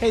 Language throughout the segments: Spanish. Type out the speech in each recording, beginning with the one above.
Hey,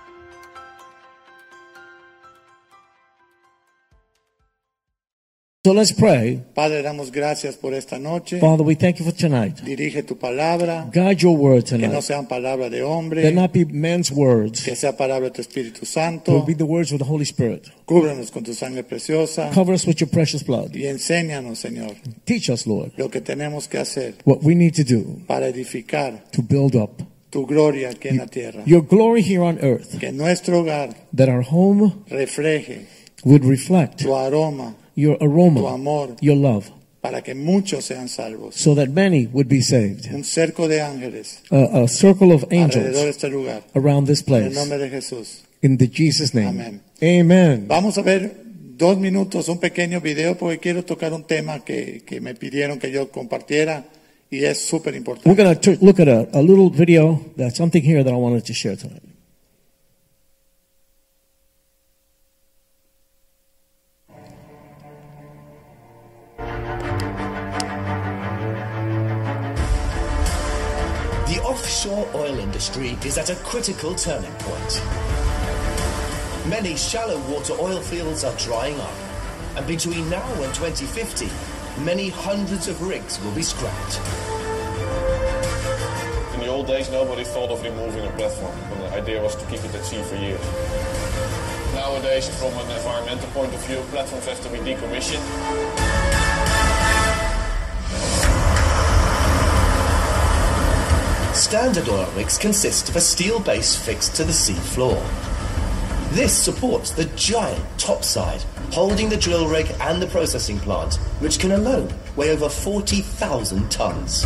So let's pray. Padre, damos gracias por esta noche. Father, we thank you for tonight. Dirige tu palabra, Guide your word que no tonight. sean palabras de Let hombre, not be man's words, que sea palabra de tu Espíritu but Santo. be the words of the Holy Spirit. Cúbranos con tu sangre preciosa Cover us with your precious blood. y enséñanos, Señor, Teach us, Lord, lo que tenemos que hacer what we need to do para edificar to build up tu gloria aquí en la tierra. your glory here on earth, Que nuestro hogar that our home refleje would reflect tu aroma, your tu aroma, amor, your love, para que muchos sean salvos. so that many would be saved. Un cerco de ángeles A, a circle of alrededor de angels este lugar. around this En el place, nombre de Jesús. in the Jesus name. Amen. Amen. Vamos a ver dos minutos, un pequeño video, porque quiero tocar un tema que, que me pidieron que yo compartiera y es súper We're importante. going to look at a, a little video that's something here that I wanted to share tonight. The offshore oil industry is at a critical turning point. Many shallow water oil fields are drying up, and between now and 2050, many hundreds of rigs will be scrapped. In the old days, nobody thought of removing a platform. The idea was to keep it at sea for years. Nowadays, from an environmental point of view, platforms have to be decommissioned. Standard oil rigs consist of a steel base fixed to the sea floor. This supports the giant topside, holding the drill rig and the processing plant, which can alone weigh over 40,000 tons.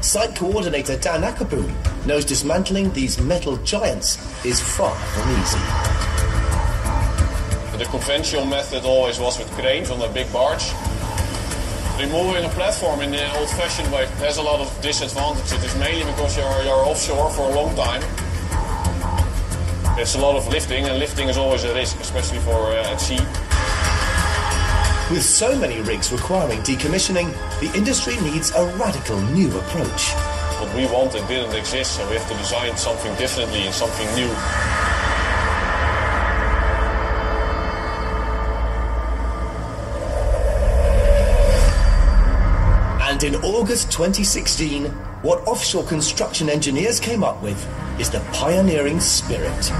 Site coordinator Dan Ackerboom knows dismantling these metal giants is far from easy. The conventional method always was with cranes on a big barge. Removing a platform in the old-fashioned way has a lot of disadvantages. It's mainly because you're, you're offshore for a long time. It's a lot of lifting, and lifting is always a risk, especially for uh, at sea. With so many rigs requiring decommissioning, the industry needs a radical new approach. What we wanted didn't exist, so we have to design something differently and something new. And in August 2016, what offshore construction engineers came up with is the pioneering spirit.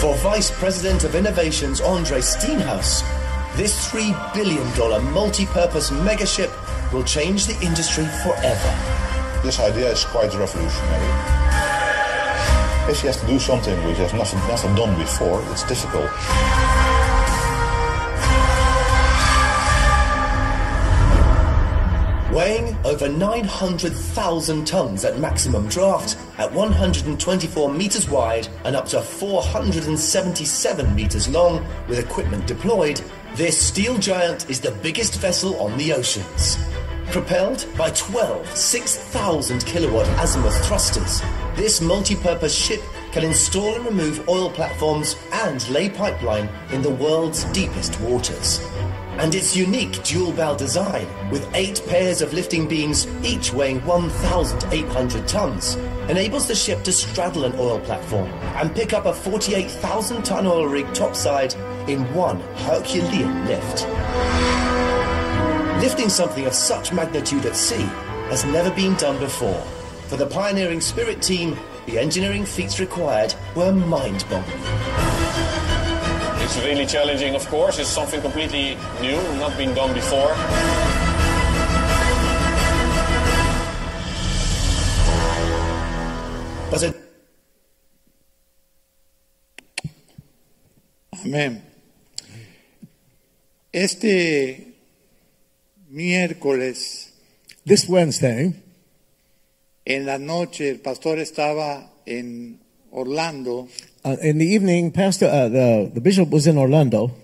For Vice President of Innovations Andre Steenhouse, this $3 billion multi purpose megaship will change the industry forever. This idea is quite revolutionary. If you have to do something which has nothing, nothing done before, it's difficult. Weighing over 900,000 tons at maximum draft, at 124 meters wide and up to 477 meters long, with equipment deployed, this steel giant is the biggest vessel on the oceans. Propelled by 12 6,000 kilowatt azimuth thrusters, this multi purpose ship can install and remove oil platforms and lay pipeline in the world's deepest waters. And its unique dual bow design, with eight pairs of lifting beams, each weighing 1,800 tons, enables the ship to straddle an oil platform and pick up a 48,000 ton oil rig topside in one Herculean lift. Lifting something of such magnitude at sea has never been done before. For the pioneering Spirit team, the engineering feats required were mind boggling. It's really challenging, of course. It's something completely new, not been done before. But a Amén. Este miércoles This Wednesday, En la noche el pastor estaba en Orlando, Uh, in the evening, Pastor, uh, the, the bishop was in Orlando.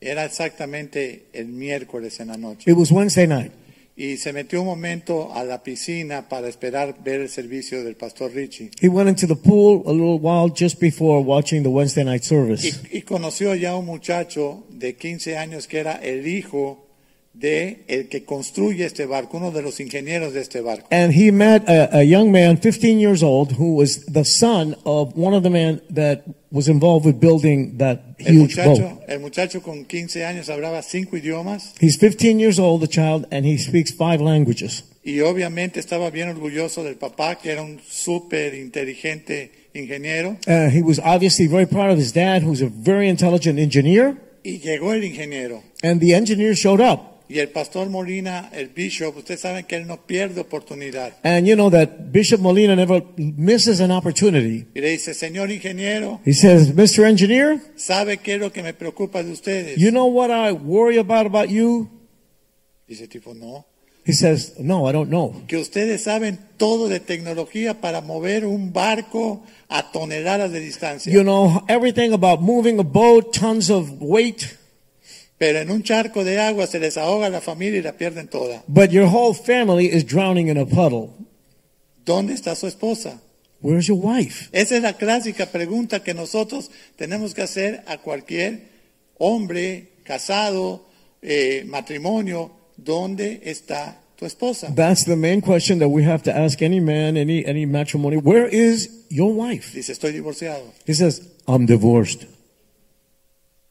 era exactamente el miércoles en la noche, It was Wednesday night. y se metió un momento a la piscina para esperar ver el servicio del pastor Richie. He went into the pool a little while just before watching the Wednesday night service. Y, y conoció ya un muchacho de 15 años que era el hijo de el que construye este barco, uno de los ingenieros de este barco. And he met a, a young man, 15 years old, who was the son of one of the men that was involved with building that El huge boat. muchacho, el muchacho con 15 años hablaba cinco idiomas He's 15 years old, the child, and he speaks five languages. y obviamente estaba bien orgulloso del papá, que era un súper inteligente ingeniero. Uh, he was obviously very proud of his dad, who's a very intelligent engineer. Y llegó el ingeniero. And the engineer showed up. Y el pastor Molina, el bishop, ustedes saben que él no pierde oportunidad. And you know that Bishop Molina never misses an opportunity. Y le dice, señor ingeniero, He says, Mr. Engineer, ¿sabe qué es lo que me preocupa de ustedes? you know what I worry about about you? Dice tipo, no. He says, No, I don't know. que ustedes saben todo de tecnología para mover un barco a toneladas de distancia. You know everything about moving a boat, tons of weight, Pero en un charco de agua se les ahoga la familia y la pierden toda. but your whole family is drowning in a puddle. ¿Dónde está su esposa? Where's your wife? Esa es la clásica pregunta que nosotros tenemos que hacer a cualquier hombre casado, eh, matrimonio. ¿Dónde está tu esposa? That's the main question that we have to ask any man, any any matrimony. Where is your wife? Dice, estoy divorciado, He says, I'm divorced.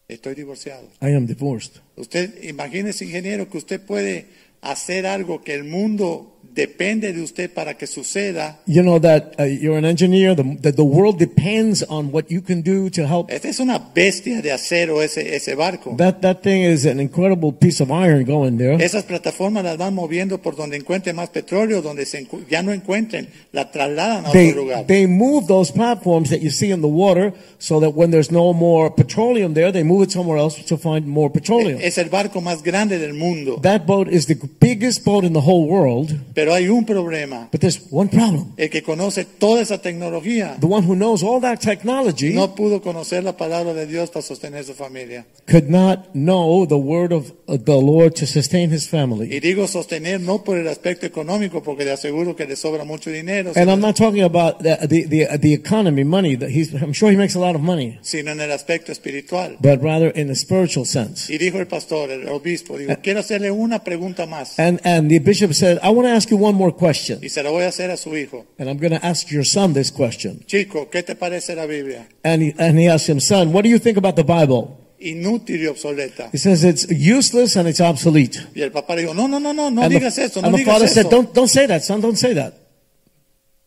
estoy divorciado. I am divorced. Usted imagínese, ingeniero, que usted puede hacer algo que el mundo depende de usted para que suceda. You know that uh, you're an engineer, the, that the world depends on what you can do to help. Esta es una bestia de acero ese, ese barco. That, that thing is an incredible piece of iron going there. Esas plataformas las van moviendo por donde encuentren más petróleo, donde se encu- ya no encuentren, la trasladan a otro They, lugar. they move those platforms that you see in the water so that when there's no more petroleum there, they move it somewhere else to find more petroleum. es el barco más grande del mundo, That boat is the biggest boat in the whole world, pero hay un problema. but there's one problem. El que conoce toda esa tecnología The one who knows all that technology no pudo conocer la palabra de Dios para sostener su familia. could not know the word of uh, the Lord to sustain his family. Y digo sostener no por el aspecto económico, porque le aseguro que le sobra mucho dinero, And I'm sino, not talking about the the the, the economy, money. That he's, I'm sure he makes a lot of money, sino en el aspecto espiritual. but rather in a spiritual sense. Y dijo el pastor, el obispo, digo, quiero hacerle una pregunta más And and the bishop said, I want to ask you one more question, y se la voy a hacer a su hijo. and I'm going to ask your son this question. Chico, ¿qué te parece la Biblia? And he, and he asked him, son, what do you think about the Bible? Inútil y obsoleta. He says it's useless and it's obsolete. Y el papá le dijo, no, no, no, no, no and digas the, eso, no and the digas father eso. said, don't don't say that, son, don't say that.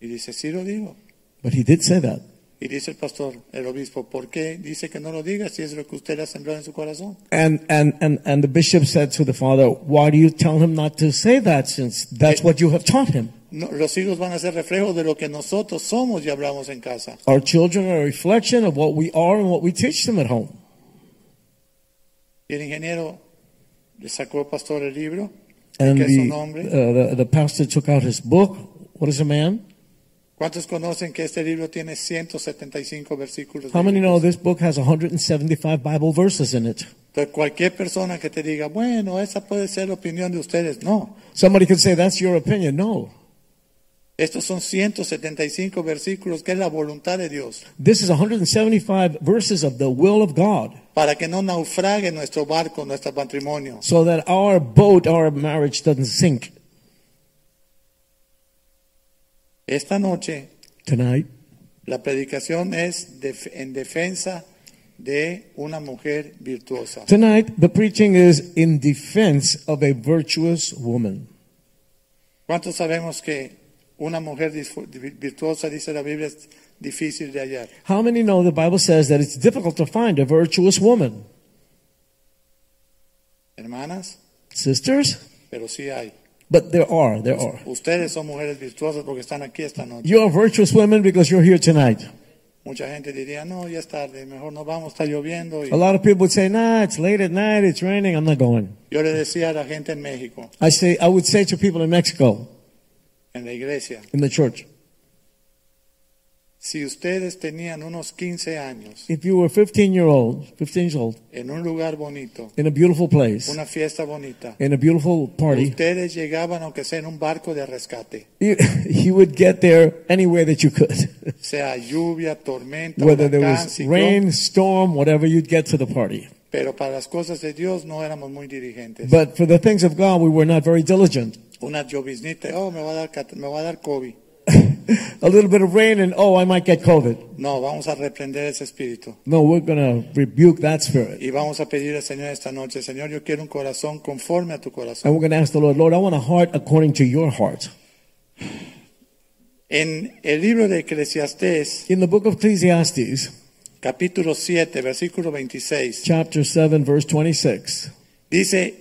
Y dice, sí lo digo. But he did say that. Y dice el pastor, el obispo, ¿por qué dice que no lo diga si es lo que usted le ha sembrado en su corazón? And and and and the bishop said to the father, why do you tell him not to say that since that's Eh. what you have taught him? No, los hijos van a ser reflejos de lo que nosotros somos y hablamos en casa. Our children are a reflection of what we are and what we teach them at home. Y el ingeniero le sacó al pastor el libro, And que es su the, nombre. uh, the, the pastor took out his book, What is a Man? ¿Cuántos conocen que este libro tiene 175 versículos? How many know bíblicos? this book has 175 Bible verses in it? Entonces, cualquier persona que te diga, bueno, esa puede ser la opinión de ustedes. No, Somebody could say, That's your opinion. No. estos son 175 versículos que es la voluntad de Dios This is 175 verses of the will of God para que no naufrague nuestro barco, nuestro matrimonio. so that our boat, our marriage doesn't sink. Esta noche Tonight, la predicación es def- en defensa de una mujer virtuosa. tonight, the preaching is in defense of a virtuous woman. ¿Cuántos sabemos que una mujer disfu- virtuosa, dice la Biblia, es difícil de hallar? How many know the Bible says that it's difficult to find a virtuous woman? Hermanas, Sisters? pero sí hay. But there are, there are. Ustedes son mujeres virtuosas porque están aquí esta noche. You are virtuous women because you're here tonight. Mucha gente diría, no, ya es tarde, mejor nos vamos, está lloviendo. Y A lot of people would say, nah, it's late at night, it's raining, I'm not going. yo le decía a la gente en México, I say, I would say to people in Mexico, en la iglesia. in the church. Si ustedes tenían unos 15 años If you were 15 year old, 15 years old, en un lugar bonito, in a beautiful place, una fiesta bonita, in a beautiful party, ustedes llegaban aunque sea en un barco de rescate, you, you would get there any way that you could. sea lluvia, tormenta, Whether there huracán, was ciclón, rain, storm, whatever, you'd get to the party. pero para las cosas de Dios no éramos muy dirigentes. But for the things of God, we were not very diligent. una lloviznita, oh, me va a dar cat- me va a dar COVID. a little bit of rain, and oh, I might get COVID. No, vamos a reprender ese espíritu No, we're going to rebuke that spirit. y vamos a pedir al Señor esta noche, Señor, yo quiero un corazón conforme a tu And corazón. we're going to ask the Lord, Lord, I want a heart according to your heart. En el libro de Eclesiastés, In the book of Ecclesiastes, capítulo 7, versículo 26, chapter 7, verse 26, dice,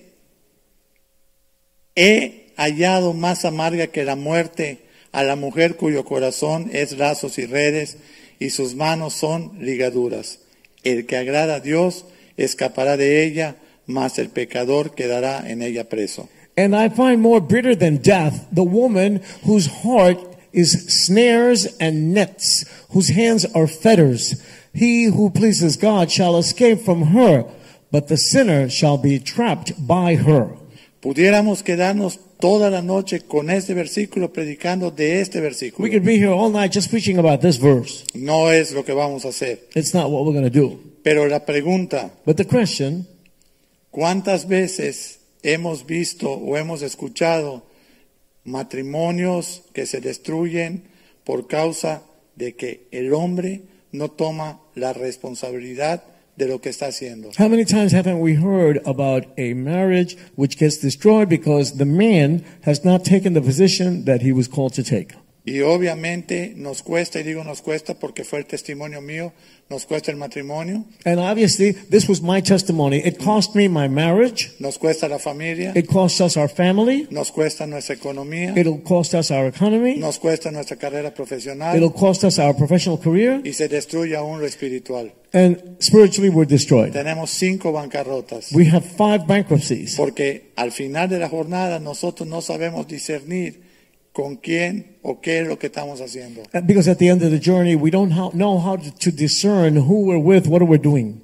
he hallado más amarga que la muerte a la mujer cuyo corazón es lazos y redes y sus manos son ligaduras. El que agrada a Dios escapará de ella, mas el pecador quedará en ella preso. and I find more bitter than death the woman whose heart is snares and nets, whose hands are fetters. He who pleases God shall escape from her, but the sinner shall be trapped by her. Pudiéramos quedarnos toda la noche con este versículo, predicando de este versículo. We could be here all night just preaching about this verse. No es lo que vamos a hacer. It's not what we're going to do. Pero la pregunta, But the question ¿cuántas veces hemos visto o hemos escuchado matrimonios que se destruyen por causa de que el hombre no toma la responsabilidad de lo que está haciendo? How many times haven't we heard about a marriage which gets destroyed because the man has not taken the position that he was called to take? Y obviamente nos cuesta, y digo nos cuesta porque fue el testimonio mío, nos cuesta el matrimonio, And obviously, this was my testimony. It cost me my marriage. nos cuesta la familia, It cost us our family. nos cuesta nuestra economía, It'll cost us our economy. nos cuesta nuestra carrera profesional It'll cost us our professional career. y se destruye aún lo espiritual. And spiritually, we're destroyed. Tenemos cinco bancarrotas We have five bankruptcies. porque al final de la jornada nosotros no sabemos discernir con quién o qué es lo que estamos haciendo. And Because at the end of the journey, we don't how, know how to, to discern who we're with, what we're doing.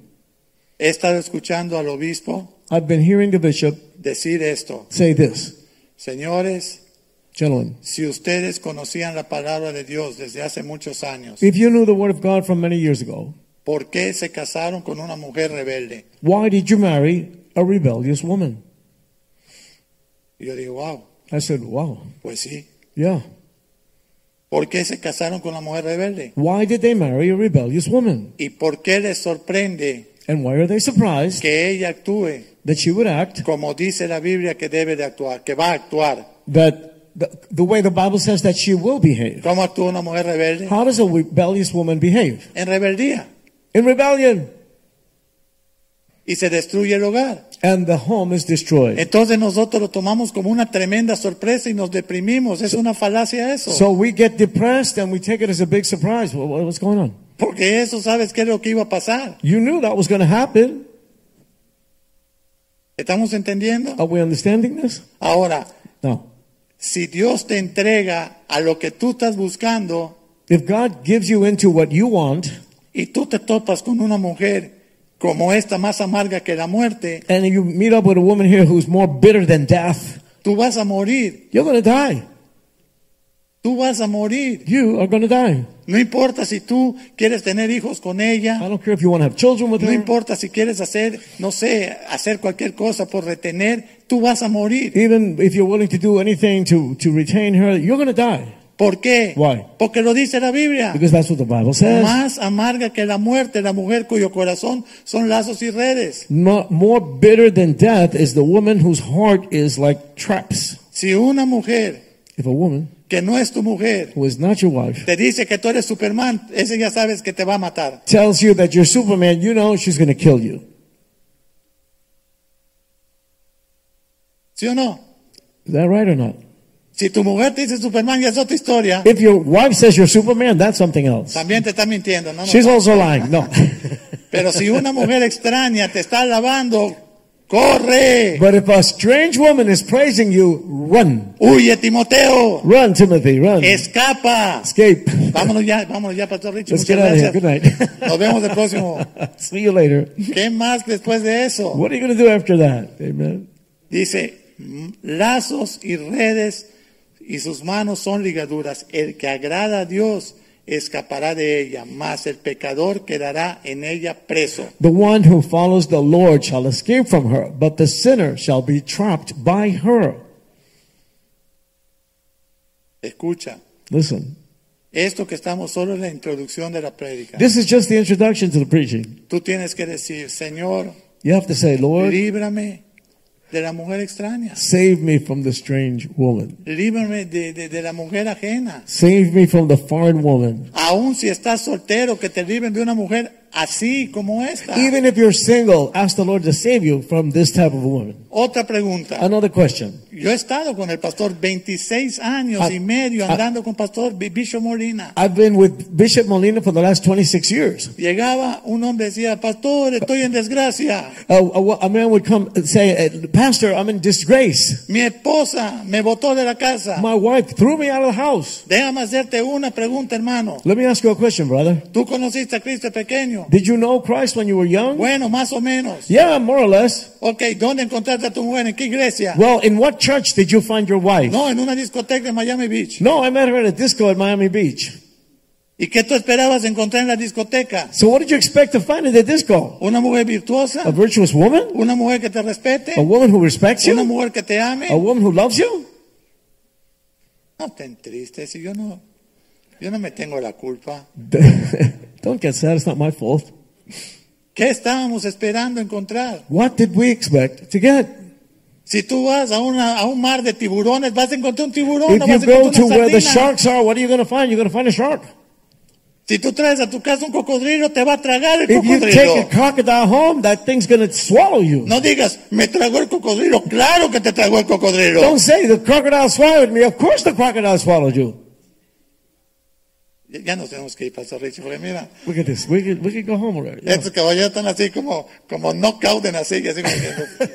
He estado escuchando al obispo I've been hearing the bishop decir esto, say this, señores, gentlemen. si ustedes conocían la palabra de Dios desde hace muchos años, If you knew the word of God from many years ago, ¿por qué se casaron con una mujer rebelde? why did you marry a rebellious woman? Y yo digo, wow, I said, wow, pues sí. yeah. ¿Por qué se casaron con una mujer rebelde? Why did they marry a rebellious woman? ¿Y por qué les sorprende And why are they surprised que ella actúe that she would act como dice la Biblia que debe de actuar, que va a actuar. that the, the way the Bible says that she will behave? ¿Cómo actúa una mujer rebelde? How does a rebellious woman behave? En rebeldía. In rebellion. Y se destruye el hogar. And the home is destroyed. Entonces nosotros lo tomamos como una tremenda sorpresa y nos deprimimos. Es una falacia eso. So we get depressed and we take it as a big surprise. Well, what- what's going on? Porque eso sabes qué es lo que iba a pasar. You knew that was going to happen. ¿Estamos entendiendo? Are we understanding this? Ahora, No. si Dios te entrega a lo que tú estás buscando If God gives you into what you want, y tú te topas con una mujer como esta más amarga que la muerte, and you meet up with a woman here who's more bitter than death, tú vas a morir. you're going to die. Tú vas a morir. You are going to die. No importa si tú quieres tener hijos con ella. I don't care if you want to have children with No her. importa si quieres hacer, no sé, hacer cualquier cosa por retener, tú vas a morir. Even if you're willing to do anything to, to retain her, you're going to die. ¿Por qué? Why? Porque lo dice la Biblia. Because that's what the Bible says. Más amarga que la muerte, la mujer cuyo corazón son lazos y redes. Mo- More bitter than death is the woman whose heart is like traps. Si una mujer If a woman que no es tu mujer who is not your wife te dice que tú eres Superman, ese ya sabes que te va a matar. tells you that you're Superman, you know she's going to kill you. ¿Sí o no? Is that right or not? Si tu mujer te dice Superman, ya es otra historia. If your wife says you're Superman, that's something else. También te está mintiendo, ¿no? no. She's also lying. No. Pero si una mujer extraña te está alabando corre, But if a strange woman is praising you, run. huye Timoteo, Run, Timothy, run. escapa. Escape. Vámonos ya, vámonos ya, Pastor Richie. Let's Muchas get out of here. gracias. Good night. Nos vemos el próximo. See you later. ¿Qué más después de eso? What are you going to do after that? Amen. Dice, "Mm, lazos y redes y sus manos son ligaduras. El que agrada a Dios escapará de ella, mas el pecador quedará en ella preso. The one who follows the Lord shall escape from her, but the sinner shall be trapped by her. Escucha, Listen, esto que estamos solo en la introducción de la prédica. this is just the introduction to the preaching. Tú tienes que decir, Señor, You have to say, Lord, líbrame de la mujer extraña. save me from the strange woman. Líbrame de, de- de la mujer ajena. Save me from the foreign woman. Aún si estás soltero, que te libren de una mujer así como esta. Even if you're single, ask the Lord to save you from this type of woman. Otra pregunta. Another question. Yo he estado con el pastor 26 años Ah, y medio ah. andando con pastor Bi- Bishop Molina. I've been with Bishop Molina for the last 26 years. Llegaba un hombre y decía, pastor, estoy en desgracia. A, a, a man would come and say, Pastor, I'm in disgrace. Mi esposa me botó de la casa. My wife threw me out of the house. Déjame hacerte una pregunta, hermano. Let me ask you a question, brother. ¿Tú conociste a Cristo pequeño? Did you know Christ when you were young? Bueno, más o menos. Yeah, more or less. Ok, ¿dónde encontraste a tu mujer? ¿En qué iglesia? Well, in what church did you find your wife? No, en una discoteca de Miami Beach. No, I met her at a disco at Miami Beach. ¿Y qué tú esperabas encontrar en la discoteca? So what did you expect to find at the disco? ¿Una mujer virtuosa? A virtuous woman? ¿Una mujer que te respete? A woman who respects ¿Una you? mujer que te ame? A woman who loves you? No te entristes, si yo no, yo no me tengo la culpa. Don't get sad, it's not my fault. ¿Qué estábamos esperando encontrar? What did we expect to get? Si tú vas a, una, a un mar de tiburones, vas a encontrar un tiburón, no If vas you a go encontrar to una where the sardina. sharks are, what are you going to find? You're going to find a shark. Si tú traes a tu casa un cocodrilo, te va a tragar el If you cocodrilo. take a crocodile home, that thing's going to swallow you. No digas, me tragó el cocodrilo. Claro que te tragó el cocodrilo. Don't say the crocodile swallowed me. Of course the crocodile swallowed you. Ya- Ya nos tenemos que ir, Pastor Richie, porque mira, Look at this. We could, we could go home already. Yeah. estos caballeros están así como, como no cauden así, así como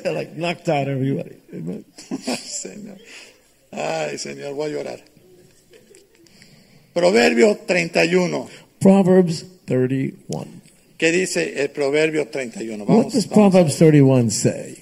que- like knocked out everybody. Amen. Ay, Señor. Ay, Señor, voy a llorar. Proverbio 31. Proverbs 31. ¿Qué dice el Proverbio 31? What Vamos, does vamos. Proverbs 31 say?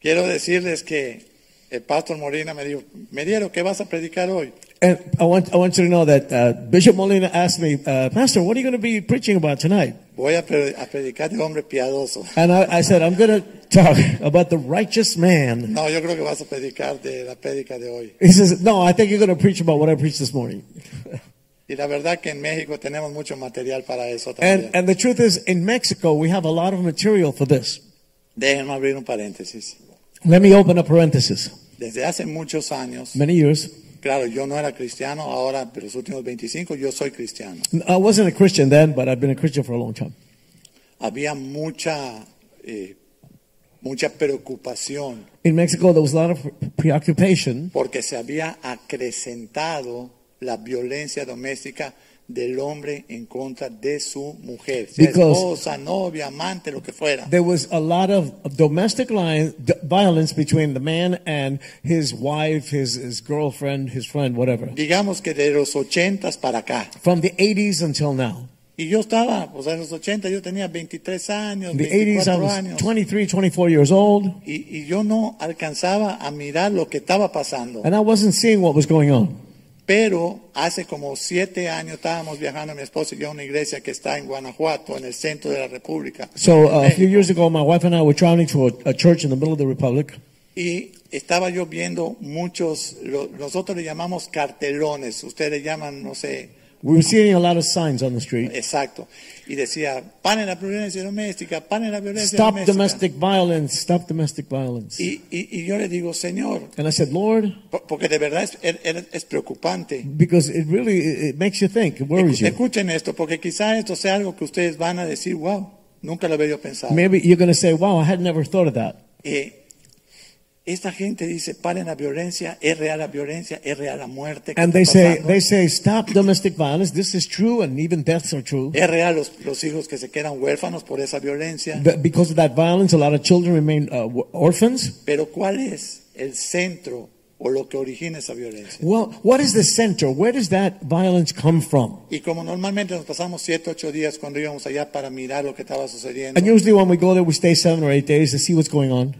Quiero decirles que el pastor Molina me dijo, Meriero, ¿qué vas a predicar hoy? And I want, I want you to know that uh, Bishop Molina asked me, uh, Pastor, what are you going to be preaching about tonight? Voy a, pre- a predicar de hombre piadoso. And I, I said, I'm going to talk about the righteous man. No, yo creo que vas a predicar de la prédica de hoy. He says, No, I think you're going to preach about what I preached this morning. Y la verdad que en México tenemos mucho material para eso también. And, and the truth is, in Mexico, we have a lot of material for this. Déjenme abrir un paréntesis. Let me open a parenthesis. Desde hace muchos años, Many years, claro, yo no era cristiano, ahora, pero los últimos 25, yo soy cristiano. I wasn't a Christian then, but I've been a Christian for a long time. Había mucha, eh, mucha preocupación In Mexico, there was a lot of preoccupation porque se había acrecentado la violencia doméstica del hombre en contra de su mujer, sea Because- esposa, novia, amante, lo que fuera. There was a lot of domestic line, d- violence between the man and his wife, his, his girlfriend, his friend, whatever. Digamos que de los 80 para acá. From the 80s until now. Y yo estaba, pues en los 80 yo tenía 23 años, In the 80s, I 24 was años. 23, 24 years old, Y, y yo no alcanzaba a mirar lo que estaba pasando. and I wasn't seeing what was going on. Pero hace como siete años estábamos viajando mi esposa y yo a una iglesia que está en Guanajuato, en el centro de la República. So uh, a México. few years ago, my wife and I were traveling to a, a church in the middle of the republic, Y estaba yo viendo muchos, lo- nosotros le llamamos cartelones, ustedes le llaman, no sé, we were seeing a lot of signs on the street. exacto. Y decía, paren la violencia doméstica, paren la violencia Stop doméstica. domestic violence, stop domestic violence. Y, y, y yo le digo, Señor, And I said, Lord, po- porque de verdad es, er- er- es preocupante. because it really, it it makes you think, it worries Escu- you. Escuchen esto, porque quizá esto sea algo que ustedes van a decir, wow, nunca lo había yo pensado. Maybe you're going to say, wow, I had never thought of that. Eh, Esta gente dice, paren la violencia, es real la violencia, es real la muerte. que And está they say, pasando. they say, stop domestic violence. This is true, and even deaths are true. Es real los, los hijos que se quedan huérfanos por esa violencia. That because of that violence, a lot of children remain uh, w- orphans. Pero ¿cuál es el centro o lo que origina esa violencia? Well, what is the center? Where does that violence come from? Y como normalmente nos pasamos siete, ocho días cuando íbamos allá para mirar lo que estaba sucediendo, And usually when we go there, we stay seven or eight days to see what's going on.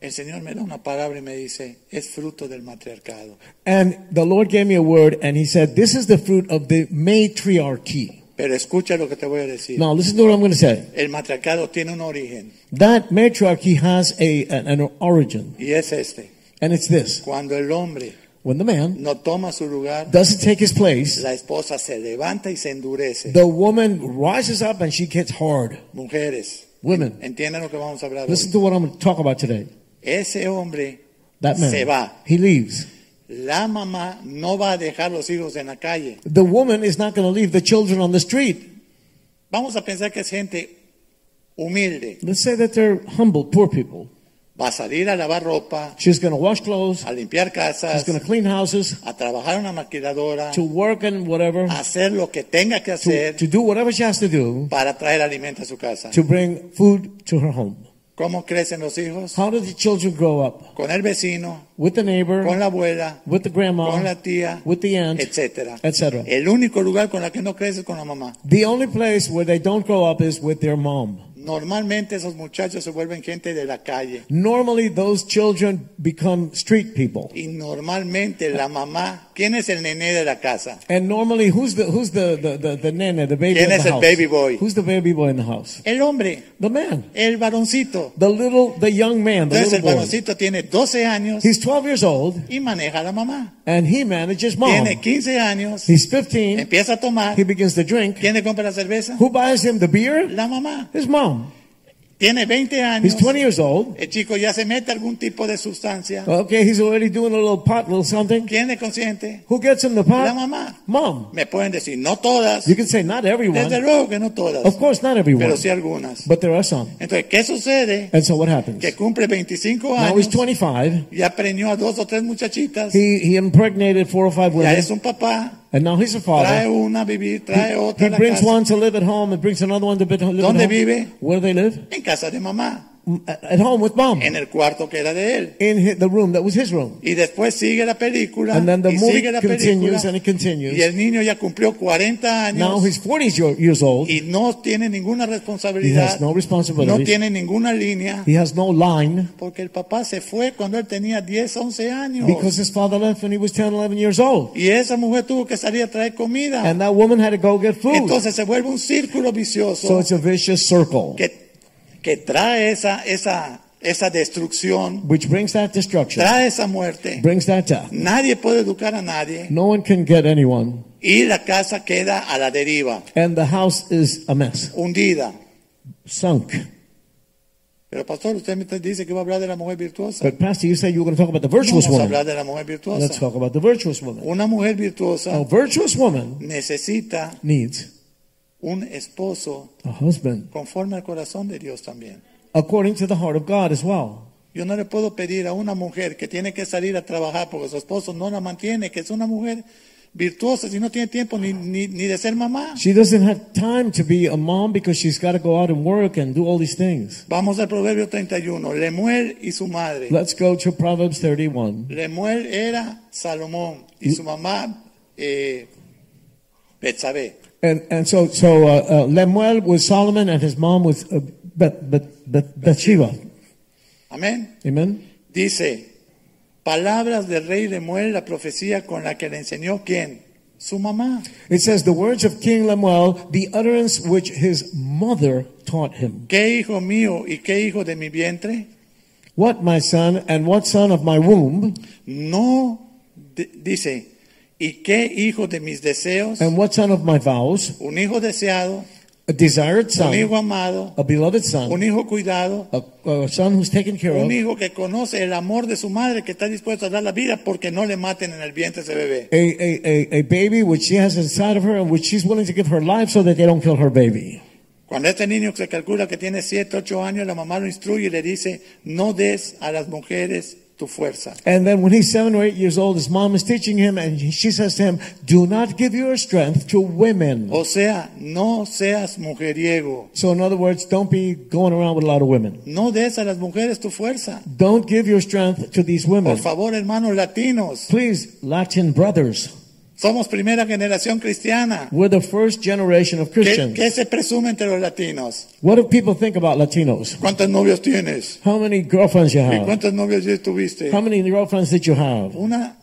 el Señor me da una palabra y me dice, es fruto del matriarcado. And the Lord gave me a word, and He said, This is the fruit of the matriarchy. Pero escucha lo que te voy a decir. Now, listen to what I'm going to say. El matriarcado tiene un origen That matriarchy has a, an, an origin, y es este. and it's this Cuando el hombre when the man no toma su lugar, doesn't take his place, la esposa se levanta y se endurece. the woman rises up and she gets hard. Mujeres, Women, entiendan lo que vamos a hablar. hoy. listen to what I'm going to talk about today. Ese hombre, That man, Se va. he leaves. la mamá no va a dejar los hijos en la calle. The woman is not going to leave the children on the street. Vamos a pensar que es gente humilde. Let's say that they're humble, poor people. Va a salir a lavar ropa, She's going to wash clothes, a limpiar she's casas, going to clean houses, a trabajar en una maquiladora, to work and whatever, a hacer lo que tenga que to, hacer to do whatever she has to do. para traer alimento a su casa. to bring food to her home. ¿Cómo crecen los hijos? How do the children grow up? Con el vecino, With the neighbor, con la abuela, with the con grandma, la tía, with the aunt, etcétera. etc. El único lugar con la que no crece es con la mamá. The only place where they don't grow up is with their mom. Normalmente esos muchachos se vuelven gente de la calle Normally, those children become street people. y normalmente la mamá, ¿quién es el nené de la casa? And normally, who's the who's the the the, the nene, the baby ¿Quién in the es el house? baby boy? Who's the baby boy in the house? El hombre, The man, el varoncito. the little, the young man, the Entonces el little boy. varoncito tiene 12 años He's 12 years old, y maneja a la mamá. and he manages mom. Tiene 15 años, He's 15. empieza a tomar. He begins to drink. ¿Quién le compra la cerveza? Who buys him the beer? La mamá. His mom. Tiene 20 He's años. 20 years old. El chico ya se mete algún tipo de sustancia. Okay, he's already doing a little pot, little something. ¿Quién le consiente? Who gets him the La pot? mamá. Mom. Me pueden decir, no todas. You can say not Desde everyone. luego que no todas, Of course, not everyone. pero sí algunas. But there are some. Entonces, ¿qué sucede? And so what happens? Que cumple 25 Now he's años, 25. ya preñó a dos o tres muchachitas, He, he impregnated four or five ya women. es un papá, And now he's a trae father. una a vivir, trae otra He a la brings casa, one to live at home and brings another one to bit- live at ¿Dónde home. vive? Where do they live? en casa de mamá, Mm, At at home with mom. en el cuarto que era de él. In hi- the room that was his room. Y después sigue la película, And then the y sigue movie la película, continues and it y continues. el niño ya cumplió 40 Now años, he's 40 year- years old. y no tiene ninguna He responsabilidad, has no no responsibility. tiene ninguna línea, He has no line. porque el papá se fue cuando él tenía 10, 11 años. Because his father left when he was 10, 11 years old. Y esa mujer tuvo que salir a traer comida. And that woman had to go get food. Entonces se vuelve un círculo so vicioso it's a vicious circle, que, que trae esa, esa, esa destrucción, which brings that destruction, trae esa muerte. brings that death. Nadie puede educar a nadie No one can get anyone. y la casa queda a la deriva, And the house is a mess, hundida. sunk. Pero pastor, usted me dice que va a hablar de la mujer virtuosa. But, Pastor, you said you were going to talk about the virtuous Vamos a woman. hablar de la mujer Let's virtuosa. talk about the virtuous woman. Una mujer A virtuosa virtuous woman necesita needs un esposo a husband conforme al corazón de Dios también. according to the heart of God as well. Yo no le puedo pedir a una mujer que tiene que salir a trabajar porque su esposo no la mantiene, que es una mujer virtuosa si no tiene tiempo ni, ni, ni de ser mamá. She doesn't have time to be a mom because she's got to go out and work and do all these things. Vamos al Proverbio 31. Lemuel y su madre. Let's go to Proverbs 31. Lemuel era Salomón y su mamá eh, Betsabé. And and so so uh, uh, Lemuel was Solomon, and his mom was uh, Bet, Bet, Bet, Bathsheba. Amén. Amen. Dice, palabras del rey Lemuel, la profecía con la que le enseñó quién? Su mamá. It says the words of King Lemuel, the utterance which his mother taught him. ¿Qué hijo mío y qué hijo de mi vientre? What my son, and what son of my womb, No, di- dice, ¿y qué hijo de mis deseos? and what son of my vows, Un hijo deseado, a desired un hijo son, amado, a beloved un son, hijo cuidado, a, a son who's taken care un of, hijo que conoce el amor de su madre, que está dispuesto a dar la vida porque no le maten en el vientre ese bebé. a, a, a, a baby which she has inside of her, and which she's willing to give her life so that they don't kill her baby. Cuando este niño se calcula que tiene 7, 8 años, la mamá lo instruye y le dice, no des a las mujeres tu fuerza. And then when he's seven or eight years old, his mom is teaching him, and she says to him, Do not give your strength to women. O sea, no seas mujeriego. So, in other words, don't be going around with a lot of women. No des a las mujeres tu fuerza. Don't give your strength to these Por women. favor, hermanos latinos, Please, Latin brothers, somos primera generación cristiana. we're the first generation of ¿Qué, Christians. qué se presume entre los latinos? What do people think about Latinos? ¿Cuántos novios tienes? How many girlfriends you ¿Y have? cuántos novios ya tuviste? How many girlfriends did you have? Una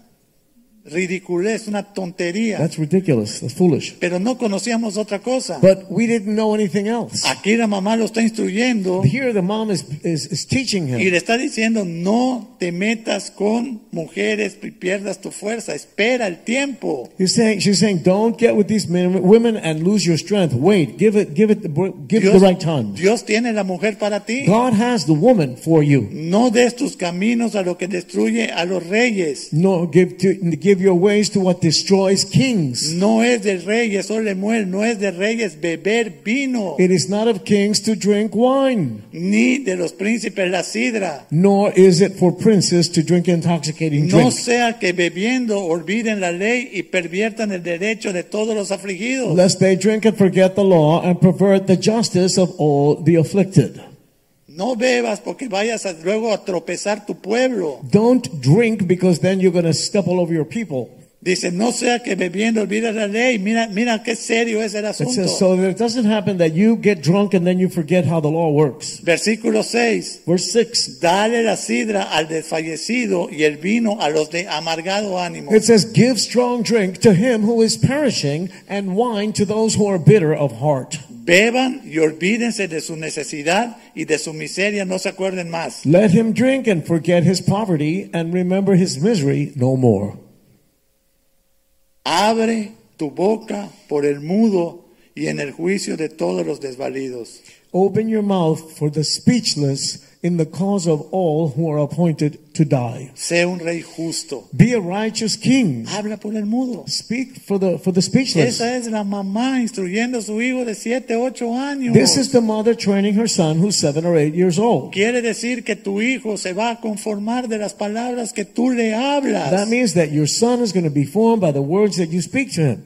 ridiculez, una tontería. That's ridiculous. That's foolish. Pero no conocíamos otra cosa. But we didn't know anything else. Aquí la mamá lo está instruyendo Here, the mom is, is, is teaching y him. le está diciendo, no te metas con mujeres y pierdas tu fuerza, espera el tiempo. He's saying, she's saying, don't get with these men, women and lose your strength. Wait, give it, give it, the- give it the Dios, right time. Dios tiene la mujer para ti. God has the woman for you. No des tus caminos a lo que destruye a los reyes. No, give to, give your ways to what destroys kings. No es de reyes, oh Lemuel, no es de reyes beber vino, It is not of kings to drink wine, ni de los príncipes la sidra. nor is it for princes to drink intoxicating No drinks. sea que bebiendo olviden la ley y perviertan el derecho de todos los afligidos. Lest they drink and forget the law and pervert the justice of all the afflicted. No bebas porque vayas a- luego a tropezar tu pueblo. Don't drink because then you're going to step all over your people. Dice, no sea que bebiendo olvides la ley. Mira, mira qué serio es el It asunto. says so that it doesn't happen that you get drunk and then you forget how the law works. Versículo 6. Verse 6. Dale la sidra al desfallecido y el vino a los de amargado ánimo. It says, Give strong drink to him who is perishing, and wine to those who are bitter of heart. Beban y olvídense de su necesidad y de su miseria, no se acuerden más. Let him drink and forget his poverty, and remember his misery no more. Abre tu boca por el mudo y en el juicio de todos los desvalidos. Open your mouth for the speechless in the cause of all who are appointed to die. Sé un rey justo. Be a righteous king. Habla por el mudo. Speak for the for the speechless. Esa es la mamá instruyendo a su hijo de 7, 8 años. This is the mother training her son who's seven or eight years old. Quiere decir que tu hijo se va a conformar de las palabras que tú le That hablas. means that your son is going to be formed by the words that you speak to him.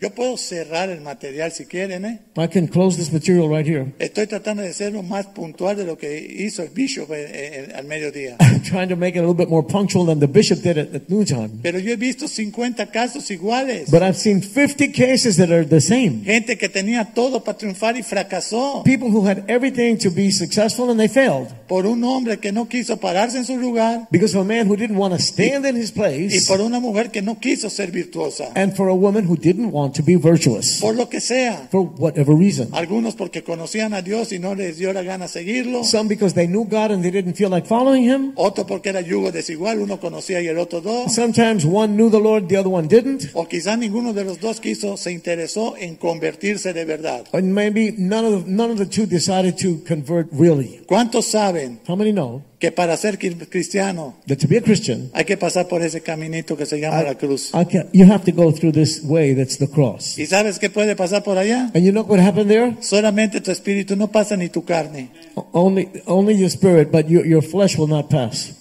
Yo puedo cerrar el material si quieren, ¿eh? I can close this material right here. Estoy tratando de ser lo más puntual de lo que hizo el bishop eh, eh, al mediodía. I'm trying to make it a little bit more punctual than the bishop did at, at noontime. Pero yo he visto 50 casos iguales. But I've seen 50 cases that are the same. Gente que tenía todo para triunfar y fracasó People who had everything to be successful and they failed por un hombre que no quiso pararse en su lugar because of a man who didn't want to stand in his y place por una mujer que no quiso ser virtuosa. and for a woman who didn't want to be virtuous Por lo que sea. for whatever reason. Algunos porque conocían a Dios y no les dio la gana seguirlo. Some because they knew God and they didn't feel like following him. Otro porque era yugo desigual, uno conocía y el otro dos. Sometimes one knew the Lord, the other one didn't. O quizás ninguno de los dos quiso, se interesó en convertirse de verdad. And maybe none of, none of the two decided to convert really. ¿Cuántos saben How many know que para ser cri- cristiano that to be a Christian, hay que pasar por ese caminito que se llama la cruz? I can't, you have to go through this way that's the cross. ¿Y sabes qué puede pasar por allá? And you know what happened there? Solamente tu espíritu no pasa ni tu carne. O- Only, only your spirit, but your, your flesh will not pass.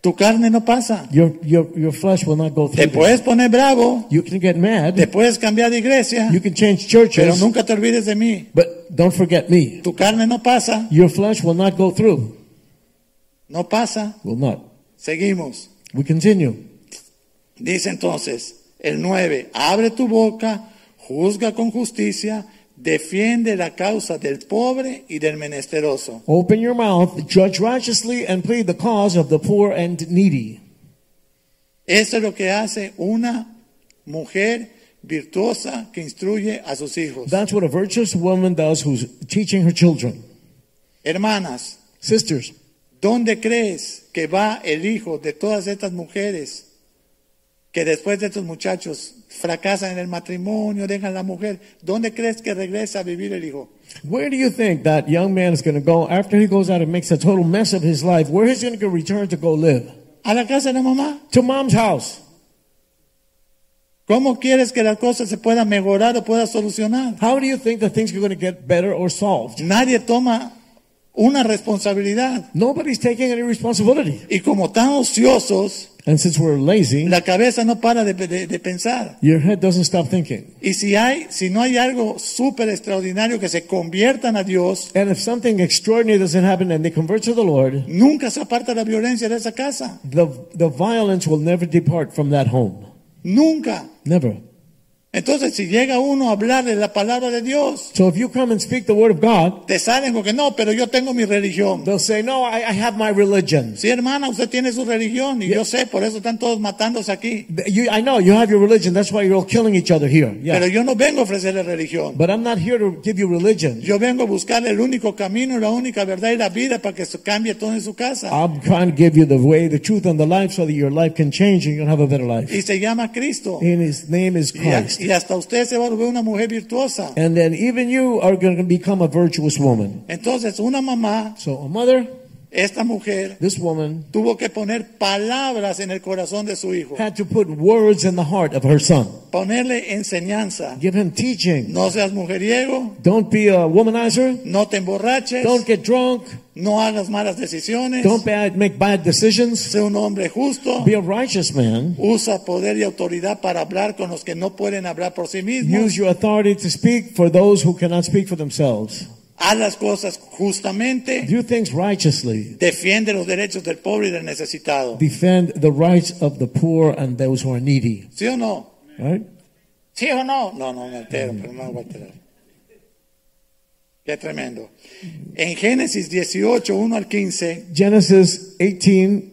Tu carne no pasa. Your, your, your flesh will not go through. Te this. puedes poner bravo, You can get te mad. puedes cambiar de iglesia, You can change pero churches, nunca te olvides de mí. but don't forget me. Tu carne no pasa, Your flesh will not go through. no pasa. Will not. Seguimos. We continue. Dice entonces el 9, abre tu boca, juzga con justicia, defiende la causa del pobre y del menesteroso. Open your mouth, judge righteously, and plead the cause of the poor and needy. Eso es lo que hace una mujer virtuosa que instruye a sus hijos. That's what a virtuous woman does who's teaching her children. Hermanas, Sisters, ¿dónde crees que va el hijo de todas estas mujeres que después de estos muchachos fracasan en el matrimonio, dejan la mujer? ¿Dónde crees que regresa a vivir el hijo? Where do you think that young man is going to go after he goes out and makes a total mess of his life? Where is he going to return to go live? ¿A la casa de la mamá? To mom's house. ¿Cómo quieres que las cosas se puedan mejorar o puedan solucionar? How do you think that things are going to get better or solved? Nadie toma una responsabilidad. Nobody's taking any responsibility. Y como tan ociosos, And since we're lazy, la cabeza no para de, de- de pensar. your head doesn't stop thinking. Y si, hay, si no hay algo súper extraordinario que se conviertan a Dios, And if something extraordinary doesn't happen and they convert to the Lord, nunca se aparta la violencia de esa casa. the, the violence will never depart from that home. Nunca. Never. Entonces, si llega uno a hablar de la palabra de Dios, So if you come and speak the word of God, te salen con que no, pero yo tengo mi religión. they'll say, No, I, I have my religion. Sí, hermana, usted tiene su religión y yo sé, por eso están todos matándose aquí. You, I know you have your religion. That's why you're all killing each other here. Pero Yeah. yo no vengo a ofrecerle religión. But I'm not here to give you religion. Yo vengo a buscar el único camino, la única verdad y la vida para que se cambie todo en su casa. I'm trying to give you the way, the truth, and the life so that your life can change and you'll have a better life. Y se llama Cristo. And his name is Y, a- Christ. y hasta usted se va a volver una mujer virtuosa. And then even you are going to become a virtuous woman. Entonces, una mamá, So a mother, esta mujer, this woman, tuvo que poner palabras en el corazón de su hijo, had to put words in the heart of her son. ponerle enseñanza. Give him teaching. No seas mujeriego, Don't be a womanizer. no te emborraches, Don't get drunk. no hagas malas decisiones, Don't bad, make bad decisions. sé un hombre justo. Be a righteous man. Usa poder y autoridad para hablar con los que no pueden hablar por sí mismos. Use your authority to speak for those who cannot speak for themselves. Haz las cosas justamente. Do things righteously. Defiende los derechos del pobre y del necesitado. Defend the rights of the poor and those who are needy. ¿Sí o no? Right? ¿Sí o no? No, no me altero, pero no me voy a alterar. Qué tremendo. En Génesis 18, 1 al 15, Genesis 18,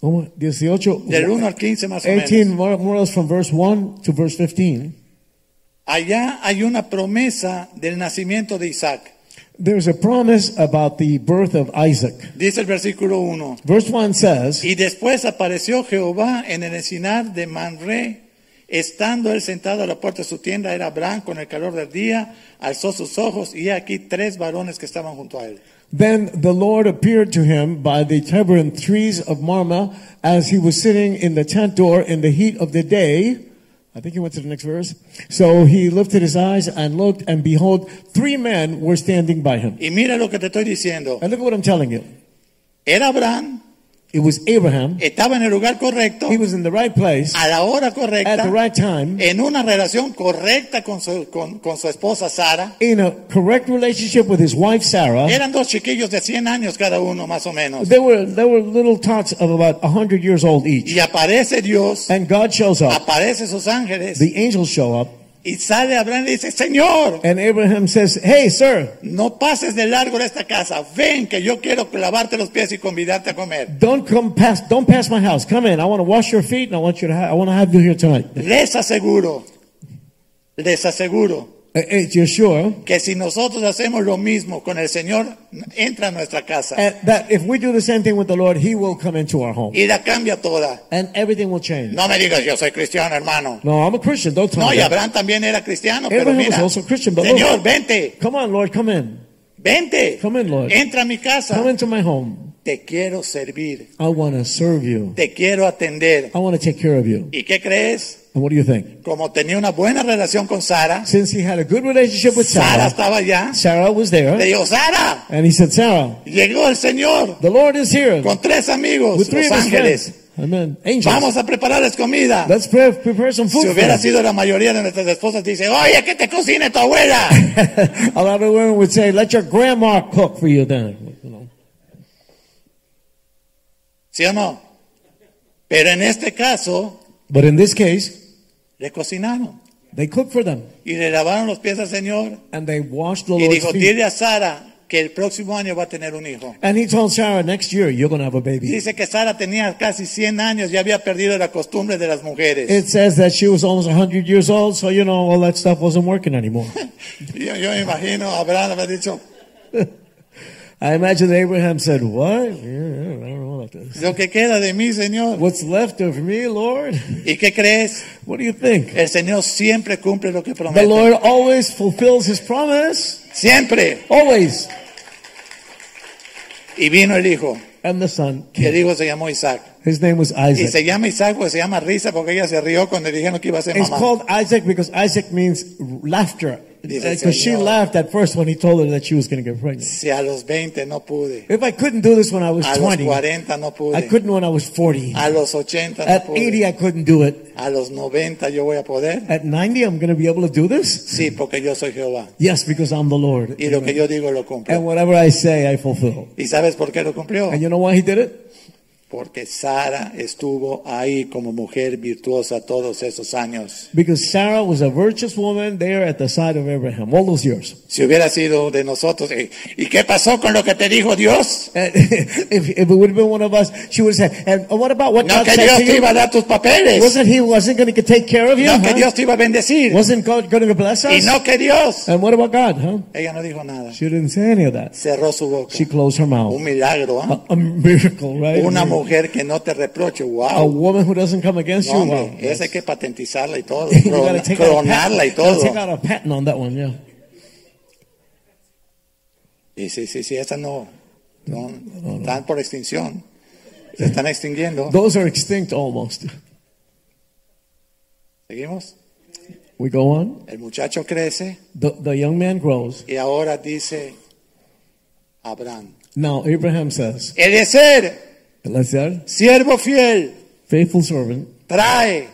oh, 18, del 1 al 15 más o 18 menos. more, more or less from verse 1 to verse 15. Allá hay una promesa del nacimiento de Isaac. There's a promise about the birth of Isaac. Dice el versículo 1. Verse 1 says, Y después apareció Jehová en el encinar de Manré, estando él sentado a la puerta de su tienda, era Abraham con el calor del día, alzó sus ojos y he aquí tres varones que estaban junto a él. Then the Lord appeared to him by the terebinth trees of Marmah as he was sitting in the tent door in the heat of the day. I think he went to the next verse. So he lifted his eyes and looked, and behold, three men were standing by him. Y mira lo que te estoy diciendo. And look at what I'm telling you. Era Abraham, It was Abraham. estaba en el lugar correcto, He was in the right place a la hora at correcta, the right time en una relación correcta con su, con, con su esposa Sara. in a correct relationship with his wife Sarah. Eran dos chiquillos de 100 años cada uno, más o menos. They were they were little tots of about 100 years old each. Y aparece Dios, And God shows up. aparece sus ángeles, The angels show up, y sale Abraham y le dice, Señor, and Abraham says, "Hey, sir, No pases de largo de esta casa. Ven que yo quiero lavarte los pies y convidarte a comer. Don't come past. Don't pass my house. Come in. I want to wash your feet, and I want you to. Ha- I want to have you here tonight. Les aseguro, les aseguro Uh, uh, You're sure que si nosotros hacemos lo mismo con el Señor, entra a nuestra casa And that if we do the same thing with the Lord, He will come into our home, y la cambia toda. and everything will change. No me digas, yo soy cristiano, hermano. No, I'm a Christian. Don't tell No, me. y that. Abraham también era cristiano, pero Abraham was mira, also Christian, but Señor, look. vente, Come on, Lord, come in. vente, Come in, Lord. entra a mi casa. Come into my home. Te quiero servir, I want to serve you. te quiero atender. I want to take care of you. ¿Y qué crees? And what do you think? Como tenía una buena relación con Sara, Since he had a good relationship with Sara Sarah, estaba allá. Sarah was Le there, digo, Sara, and he said, "Sarah, llegó el Señor the Lord is here con tres amigos, with three los of his ángeles. friends." Amen. Angels. Vamos a prepararles comida. Let's pre- prepare some food. Si for hubiera them. sido la mayoría de nuestras esposas, dice, oye, que te cocine tu abuela. a lot of women would say, "Let your grandma cook for you." Then, you know. ¿Sí o no? Pero en este caso, but in this case, le cocinaron they cook for them y le lavaron los pies al Señor. and they wash the Y Lord's dijo, feet. dile a Sara que el próximo año va a tener un hijo. And he told Sarah, "Next year, you're going to have a baby." Dice que Sara tenía casi 100 años y había perdido la costumbre de las mujeres. It says that she was almost 100 years old, so you know all that stuff wasn't working anymore. Yo, yo me imagino, Abraham habrá dicho, I imagine Abraham said, "What? Yeah, I don't know about this. lo que queda de mí, Señor. What's left of me, Lord? ¿Y qué crees? What do you think?" El Señor siempre cumple lo que The promete. Lord always fulfills His promise, Siempre. always. Y vino el hijo. And the son, Y el came. hijo se llamó Isaac. his name was Y Isaac. se llama Isaac porque se llama risa porque ella se rió cuando le dijeron que iba a ser It's mamá. called Isaac because Isaac means laughter. Uh, Dice, Because she "Señor, laughed at first when he told her that she was going to get pregnant. si a los 20 no pude, If I couldn't do this when I was a los 20, 40 no I pude, couldn't when I was 40. a los 80 no At 80, pude, I couldn't do it. a los 90 yo voy a poder. At 90, I'm going to be able to do this? Sí, porque yo soy Jehová. Yes, because I'm the Lord. Y lo que yo digo lo And cumplo. whatever I say, I fulfill. ¿Y sabes por qué lo cumplió? And you know why he did it? Porque Sara estuvo ahí como mujer virtuosa todos esos años. Because Sarah was a virtuous woman there at the side of Abraham all those years. Si hubiera sido de nosotros, eh, ¿y qué pasó con lo que te dijo Dios? And if, if it would have been one of us, she would have said, and what about what No God que said Dios to te you? iba a dar tus papeles. Wasn't he wasn't going to take care of you? No que huh? Dios te iba a bendecir. Wasn't God going to bless Y us? no que Dios. And what about God, huh? Ella no dijo nada. She didn't say any of that. Cerró su boca. She closed her Un mouth. milagro, ¿ah? A, a miracle, right? Una mujer que no te reproche. A Wow. woman who doesn't come against No, you. hombre, Wow. esa hay que patentizarla y todo. you gotta cron- take out, a Cronarla y patent. gotta todo. take out a patent on that one, yeah. Y sí, sí, sí, esas no, no, están por extinción. Se están extinguiendo. Those are extinct almost. Seguimos. We go on. El muchacho crece The, the young man grows. y ahora dice Abraham. Now Abraham says, Eliezer, Eliezer, siervo fiel, faithful servant, trae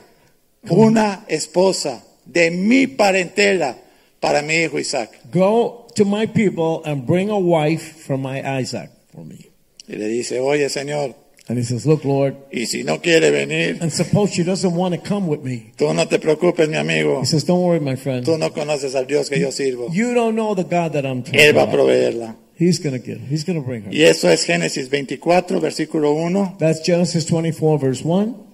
una esposa de mi parentela para mi hijo Isaac. go to my people and bring a wife from my Isaac for me. Y le dice, oye Señor, And he says, look, Lord, y si no quiere venir, and suppose she doesn't want to come with me. tú no te preocupes, mi amigo. He says, don't worry, my friend. Tú no conoces al Dios que yo sirvo. You don't know the God that I'm talking Él va a about. proveerla. He's going to give. He's going to bring her. Y eso es Génesis 24, versículo 1. That's Genesis 24, verse 1.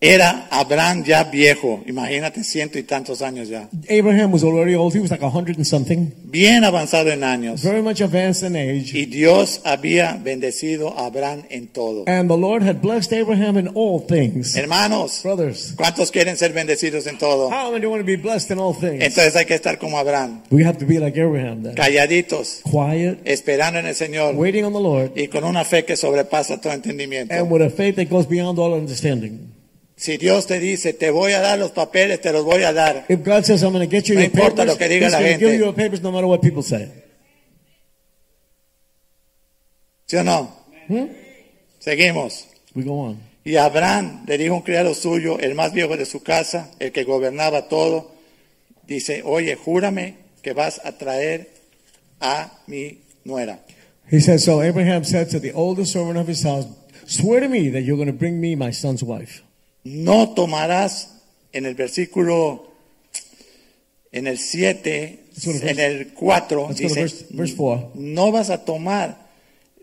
Era Abraham ya viejo, imagínate ciento y tantos años ya, Abraham was already old. He was like a 100 and something. bien avanzado en años. Very much advanced in age. Y Dios había bendecido a Abraham en todo. And the Lord had blessed Abraham in all things. Hermanos, Brothers, ¿cuántos quieren ser bendecidos en todo? how many want to be blessed in all things? Entonces hay que estar como Abraham, We have to be like Abraham then. calladitos, Quiet, esperando en el Señor waiting on the Lord, y con una fe que sobrepasa todo entendimiento. and with a faith that goes beyond all understanding. Si Dios te dice, te voy a dar los papeles, te los voy a dar. If God says, I'm going to get you No your importa papers, lo que diga He's la going to gente. give you your papers no matter what people say. ¿Sí o no? Seguimos. We go on. Y Abraham le dijo a un criado suyo, el más viejo de su casa, el que gobernaba todo, dice, oye, júrame que vas a traer a mi nuera. He says, So Abraham said to the oldest servant of his house, Swear to me that you're going to bring me my son's wife. No tomarás en el versículo, en el 7, Let's go to verse- en el 4, Let's go to dice, verse- verse four. no vas a tomar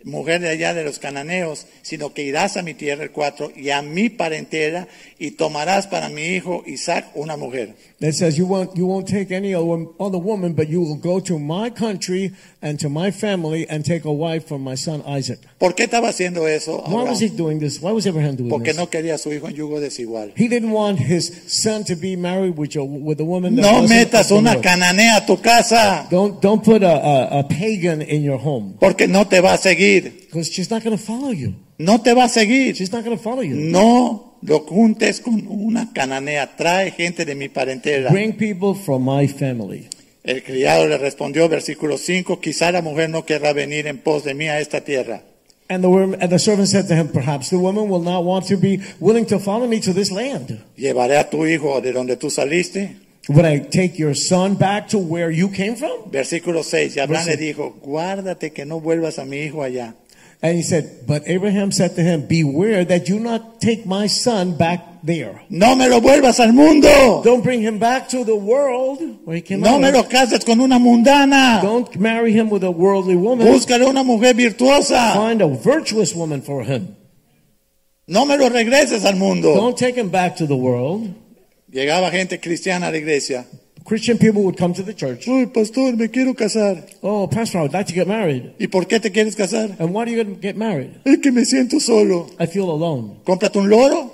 mujer de allá de los cananeos, sino que irás a mi tierra, el 4, y a mi parentela, y tomarás para mi hijo Isaac una mujer. That says, you won't, you won't take any other wom- other woman, but you will go to my country and to my family and take a wife from my son Isaac. ¿Por qué estaba haciendo eso? Why Abraham? was he doing this? Why was Abraham doing porque this? no quería a su hijo en yugo desigual. He didn't want his son to be married with a, with a woman. that No wasn't of metas the una Lord. cananea a tu casa, Don't don't put a, a, a pagan in your home porque no te va a seguir. because she's not going to follow you. No te va a seguir. She's not going to follow you. No lo juntes con una cananea. Trae gente de mi parentela. Bring people from my family. El criado le respondió, versículo 5, quizá la mujer no querrá venir en pos de mí a esta tierra. And the wom- and the servant said to him, Perhaps the woman will not want to be willing to follow me to this land. Llevaré a tu hijo de donde tú saliste. Would I take your son back to where you came from? Versículo 6, y Abraham le Verse- dijo, guárdate que no vuelvas a mi hijo allá. And he said, But Abraham said to him, Beware that you not take my son back there. No me lo vuelvas al mundo. Don't bring him back to the world where he came No out me of. lo cases con una mundana. Don't marry him with a worldly woman. Búscale una mujer virtuosa. Find a virtuous woman for him. No me lo regreses al mundo. Don't take him back to the world. Llegaba gente cristiana a la iglesia. Christian people would come to the church. Uy, pastor, me quiero casar. Oh, Pastor, I would like to get married. ¿Y por qué te quieres casar? And why do you gonna get married? Es que me siento solo. I feel alone. Cómprate un loro,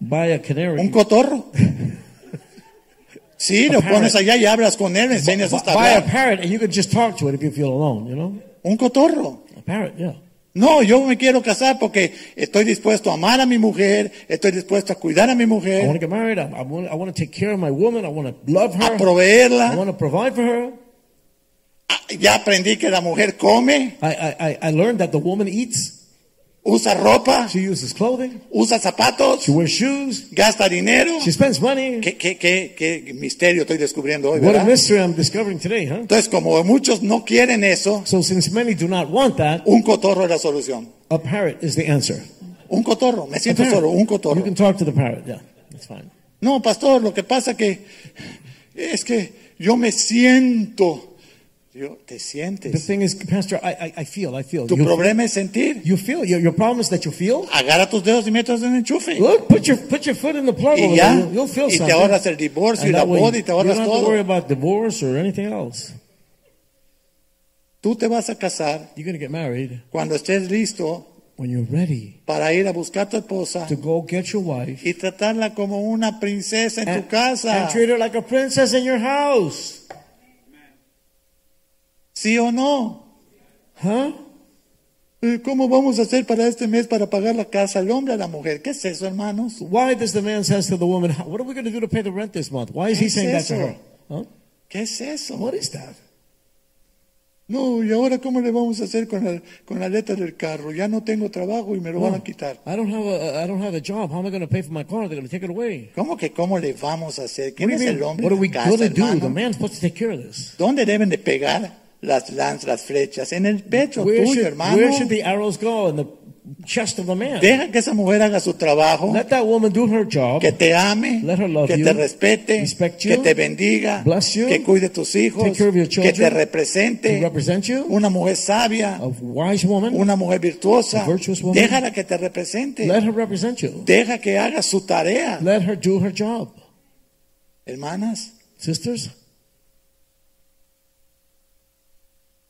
Buy a canary. un cotorro. Sí, lo pones allá y hablas con él, enseñas hasta Buy a hablar. parrot and you could just talk to it if you feel alone, you know? Un cotorro. A parrot, yeah. No, yo me quiero casar porque estoy dispuesto a amar a mi mujer, estoy dispuesto a cuidar a mi I want mujer, to get married. I, I, want, I want to take care of my woman. I want to love her. a proveerla. I want to provide for her. Ah, Ya aprendí que la mujer come, I, I, I- I learned that the woman eats. usa ropa, She uses clothing. usa zapatos, She wears shoes. gasta dinero. She spends money. ¿Qué, qué, qué, qué misterio estoy descubriendo hoy, What a ¿verdad? mystery I'm discovering today, huh? Entonces, como muchos no quieren eso, So since many do not want that, un cotorro es la solución. a parrot is the answer. Un cotorro, me A siento parrot. solo, un You cotorro. can talk to the parrot. Yeah, that's fine. No, pastor, lo que pasa que es que yo me siento. Yo, te The sientes. thing is, Pastor, I, I, I feel, I feel. Tu You, problema es sentir. you feel. Your, your problem is that you feel. Agarra tus dedos y mételos en el enchufe. Look, put your put your foot in the plug. Y over ya. there. You'll, you'll feel Y te something. ahorras el divorcio y And la that way boda y te you don't ahorras have to todo. worry about divorce or anything else. Tú te vas a casar You're gonna get married cuando estés listo when you're ready para ir a buscar a tu esposa to go get your wife y tratarla como una princesa en tu casa. and treat her like a princess in your house, ¿Sí o no? huh? Eh, ¿Cómo vamos a hacer para este mes para pagar la casa al hombre a la mujer? ¿Qué es eso, hermanos? Why does the man says to the woman, "How- "What are we going to do to pay the rent this month?" Why is he Es saying that to eso. her? Huh? ¿Qué es eso? What is that? No, ¿y ahora cómo le vamos a hacer con la, con la letra del carro? Ya no tengo trabajo y me lo van a quitar. I don't have a I don't have a job. How am I going to pay for my car? They're going to take it away. ¿Cómo que cómo le vamos a hacer? What ¿Quién do es you el mean? hombre What are de we casa, going to do? hermano? The man's supposed to take care of this. ¿Dónde deben de pegar las lanzas, las flechas? En el pecho Where tuyo, should, hermano. where should the arrows go? In the chest of the man. Deja que esa mujer haga su trabajo, Let that woman do her job. que te ame, Let her love que you, te respete, respect you, que te bendiga, bless you, que cuide tus hijos, take care of your que te children, represente, to represent you. una mujer sabia, A wise woman. una mujer virtuosa. A virtuous woman. Déjala que te represente, Let her represent you. deja que haga su tarea. Let her do her job. Hermanas, Sisters,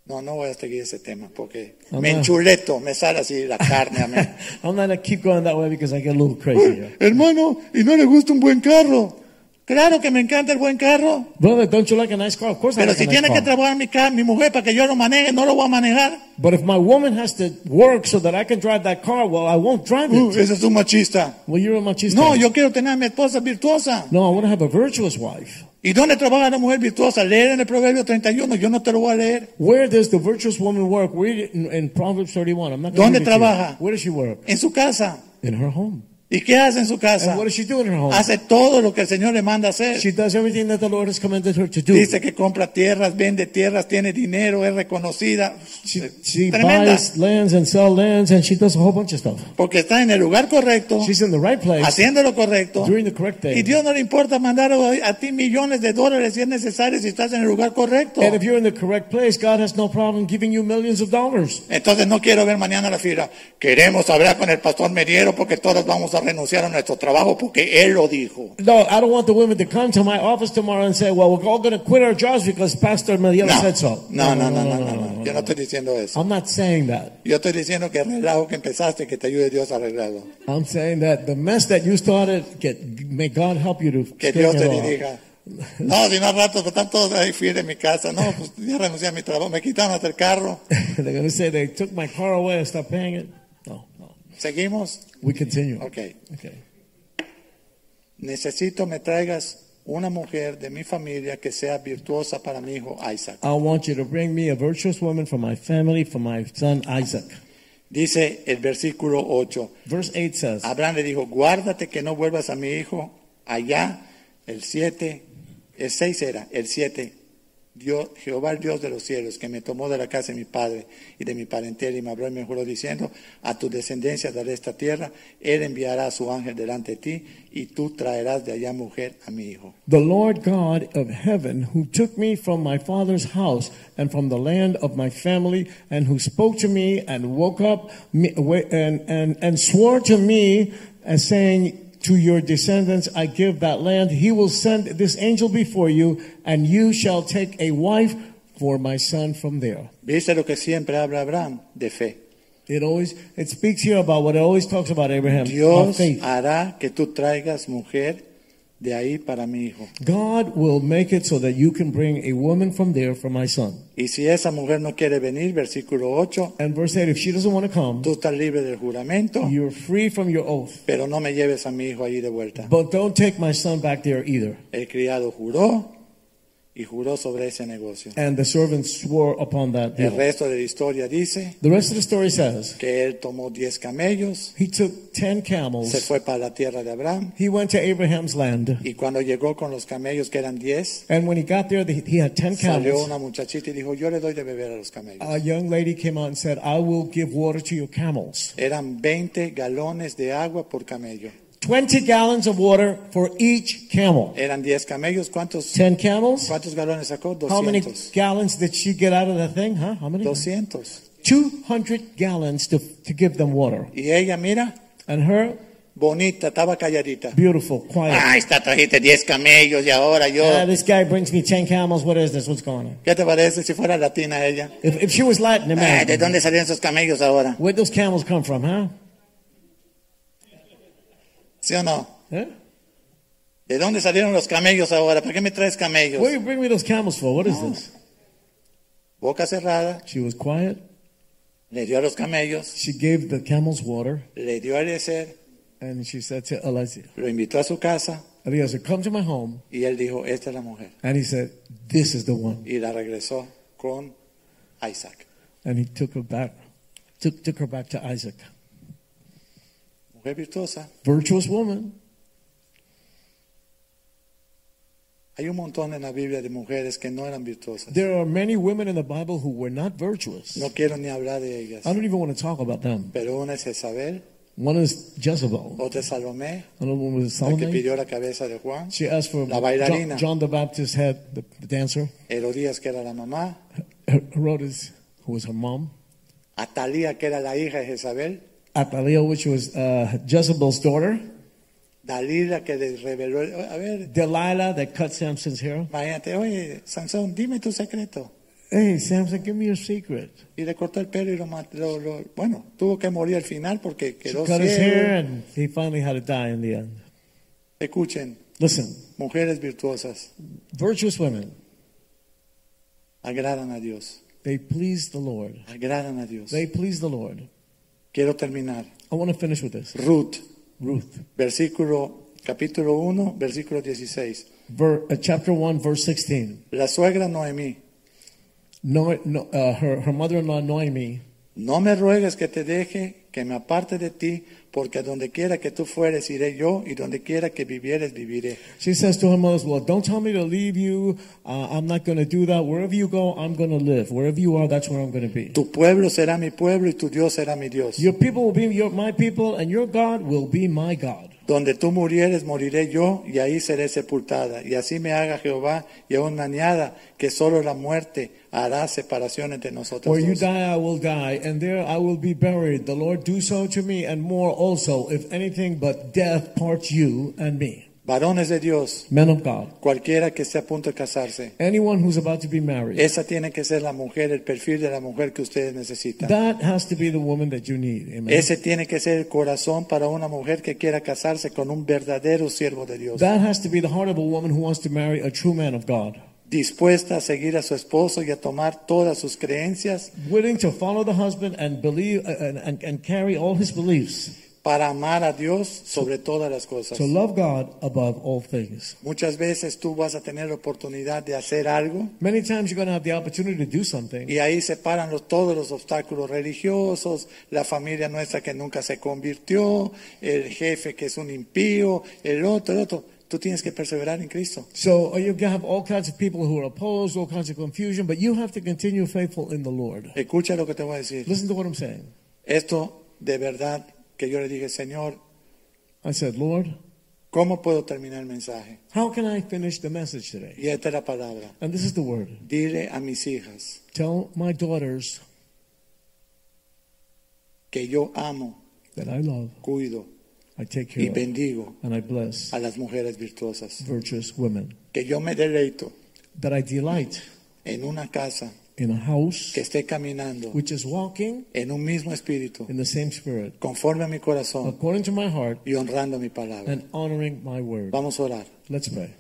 No, no voy a seguir ese tema porque Ah, me no. enchuleto, me sale así la carne a mí. I'm not going to keep going that way because I get a little crazy here. Hermano, ¿y no le gusta un buen carro? Claro que me encanta el buen carro, Brother, don't you like a nice car? Of course I pero like si a nice tiene car. que trabajar mi, ca- mi mujer para que yo lo maneje, no lo voy a manejar. But if my woman has to work so that I can drive that car, well, I won't drive Uh, it. ese es un machista. Well, you're a machista. No, yo quiero tener a mi esposa virtuosa. No, I want to have a virtuous wife. ¿Y dónde trabaja la mujer virtuosa? Leer en el Proverbio 31, yo no te lo voy a leer. Where does the virtuous woman work? Read it in, in Proverbs 31. I'm not gonna ¿Dónde read it to you. trabaja? Where does she work? En su casa. In her home. ¿Y qué hace en su casa? And what does she do in her home? Hace todo lo que el Señor le manda hacer. She does everything that the Lord has commanded her to do. Dice que compra tierras, vende tierras, tiene dinero, es reconocida. She, she Eh, Tremenda. buys lands and sell lands and she does a whole bunch of stuff. Porque está en el lugar correcto, She's in the right place haciendo lo correcto. during the correct Y day. Dios no le importa mandar a, a ti millones de dólares si es necesario, si estás en el lugar correcto. And if you're in the correct place, God has no problem giving you millions of dollars. Entonces no quiero ver mañana la fila. Queremos hablar con el pastor Mediero porque todos vamos a renunciar a nuestro trabajo porque él lo dijo. No, I don't want the women to come to my office tomorrow and say, well, we're all going to quit our jobs because Pastor Mediela No, said so. no, no, no, no, no, no. Yo no estoy diciendo eso. I'm not saying that. Yo estoy diciendo que el relajo que empezaste, que te ayude Dios a arreglarlo. I'm saying that the mess that you started, get, may God help you to Que straighten Dios te it off. dirija. No, si no al rato, pues, están todos ahí fieles en mi casa. No, pues ya renuncié a mi trabajo, me quitaron hasta el carro. They're going to say they took my car away and stopped paying it. No, no. Seguimos. We continue. Ok. Okay. Necesito me traigas una mujer de mi familia que sea virtuosa para mi hijo Isaac. I want you to bring me a virtuous woman from my family, from my son Isaac. Dice el versículo 8. Verse 8 says, Abraham le dijo, guárdate que no vuelvas a mi hijo allá. El 7, el 6 era, el 7. Dios, Jehová el Dios de los cielos, que me tomó de la casa de mi padre y de mi parentela y me habló y me juró diciendo, a tu descendencia daré esta tierra, él enviará a su ángel delante de ti y tú traerás de allá mujer a mi hijo. The Lord God of heaven, who took me from my father's house and from the land of my family, and who spoke to me and woke up me, wa- and, and, and swore to me, and saying, To your descendants I give that land, he will send this angel before you, and you shall take a wife for my son from there. ¿Viste lo que siempre habla Abraham? De fe. It always it speaks here about what it always talks about Abraham, about Dios faith. hará que tú traigas mujer de ahí para mi hijo. God will make it so that you can bring a woman from there for my son. Y si esa mujer no quiere venir, versículo 8, And verse 8, if she doesn't want to come, tú estás libre del juramento, you're free from your oath. pero no me lleves a mi hijo ahí de vuelta. But don't take my son back there either. El criado juró y juró sobre ese negocio. And the servant swore upon that El deal. resto de la historia dice The rest of the story says que él tomó 10 camellos, he took 10 se camels, fue para la tierra de Abraham he went to Abraham's land, y cuando llegó con los camellos, que eran 10, and when he got there, the- he had 10 salió camels. una muchachita y dijo, yo le doy de beber a los camellos. A young lady came out and said, I will give water to your camels. Eran 20 galones de agua por camello. 20 gallons of water for each camel. Eran 10 camellos, ¿cuántos, 10 camels? cuántos galones sacó? How many 200. gallons did she get out of that thing? Huh? How many? 200. 200 gallons to, to give them water. Y ella, mira, And her, bonita, estaba calladita. beautiful, quiet. Ah, esta trajiste 10 camellos y ahora yo. "Ah, this guy brings me 10 camels. What is this? What's going on? ¿Qué te parece si fuera latina ella? If, if she was Latin, Ah, ¿De imagine. dónde salían esos camellos ahora? Where'd those camels come from, huh? ¿Sí o no? Huh? ¿De dónde salieron los camellos ahora? ¿Para qué me traes camellos? What do you bring me those camels for? What is this? Boca cerrada, She was quiet. le dio a los camellos, She gave the camels water. le dio a Eliezer, And she said to Eliezer, lo invitó a su casa Eliezer, come to my home. y él dijo, esta es la mujer. And he said, this is the one. Y la regresó con Isaac. And he took her back, took, took her back to Isaac. Mujer virtuosa. Virtuous woman. Hay un montón en la Biblia de mujeres que no eran virtuosas. There are many women in the Bible who were not virtuous. No quiero ni hablar de ellas. I don't even want to talk about them. Pero una es Isabel, One is Jezebel. otra es Salomé, Another one was la que Salome. pidió la cabeza de Juan, She asked for La bailarina. John, John the Baptist's head, the, the dancer. Herodías que era la mamá, Her- Herodes, who was her mom. Atalía que era la hija de Jezabel, Athaliah, which was uh, Jezebel's daughter. Dalila que le reveló, el- a ver, Delilah, that cut Samson's hair. imagínate, oye, Sansón, dime tu secreto. Hey, Samson, give me your secret. Y le cortó el pelo y lo mató. lo- lo- bueno, tuvo que morir al final porque She quedó cut his hair, ciego. and he finally had to die in the end. Escuchen, Listen, mujeres virtuosas virtuous women, agradan a Dios, they please the Lord. agradan a Dios. They please the Lord. Quiero terminar. I want to finish with this. Ruth, Ruth. versículo, capítulo 1, versículo 16. Ver, uh, chapter 1, verse 16. La suegra Noemí, No, no, uh, her, her mother-in-law Noemi, no me ruegues que te deje, que me aparte de ti, porque a donde quiera que tú fueres iré yo, y donde quiera que vivieres viviré. she says to her mother-in-law, "Don't tell me to leave you. Uh, I'm not going to do that. Wherever you go, I'm going to live. Wherever you are, that's where I'm going to be. Tu pueblo será mi pueblo y tu Dios será mi Dios. Your people will be your, my people, and your God will be my God. Donde tú murieres, moriré yo, y ahí seré sepultada. Y así me haga Jehová, y aún añada que solo la muerte hará separación entre nosotros. Where you dos. die, I will die, and there I will be buried. The Lord do so to me, and more also, if anything but death parts you and me." Varones de Dios, Men of God, cualquiera que esté a punto de casarse, anyone who's about to be married, esa tiene que ser la mujer, el perfil de la mujer que ustedes necesitan. that has to be the woman that you need. Amen. Ese tiene que ser el corazón para una mujer que quiera casarse con un verdadero siervo de Dios, That has to be the heart of a woman who wants to marry a true man of God, dispuesta a seguir a su esposo y a tomar todas sus creencias willing to follow the husband and believe uh, and, and, and carry all his beliefs, para amar a Dios sobre todas las cosas. to love God above all things. Muchas veces tú vas a tener la oportunidad de hacer algo Many times you're going to have the opportunity to do something, y ahí se paran los- todos los obstáculos religiosos, la familia nuestra que nunca se convirtió, el jefe que es un impío, el otro, el otro. Tú tienes que perseverar en Cristo. so you're going to have all kinds of people who are opposed, all kinds of confusion, but you have to continue faithful in the Lord. Escucha lo que te voy a decir. Listen to what I'm saying. Esto de verdad que yo le dije, Señor, I said, Lord, ¿cómo puedo terminar el mensaje? how can I finish the message today? Y esta es la palabra. And this is the word. Dile a mis hijas Tell my daughters que yo amo, that I love, cuido I take y care of, bendigo and I bless a las mujeres virtuosas. virtuous women, Que yo me deleito that I delight en una casa in a house, que esté caminando which is walking en un mismo espíritu, in the same spirit, conforme a mi corazón according to my heart, y honrando mi palabra. and honoring my word. Vamos a orar. Let's pray.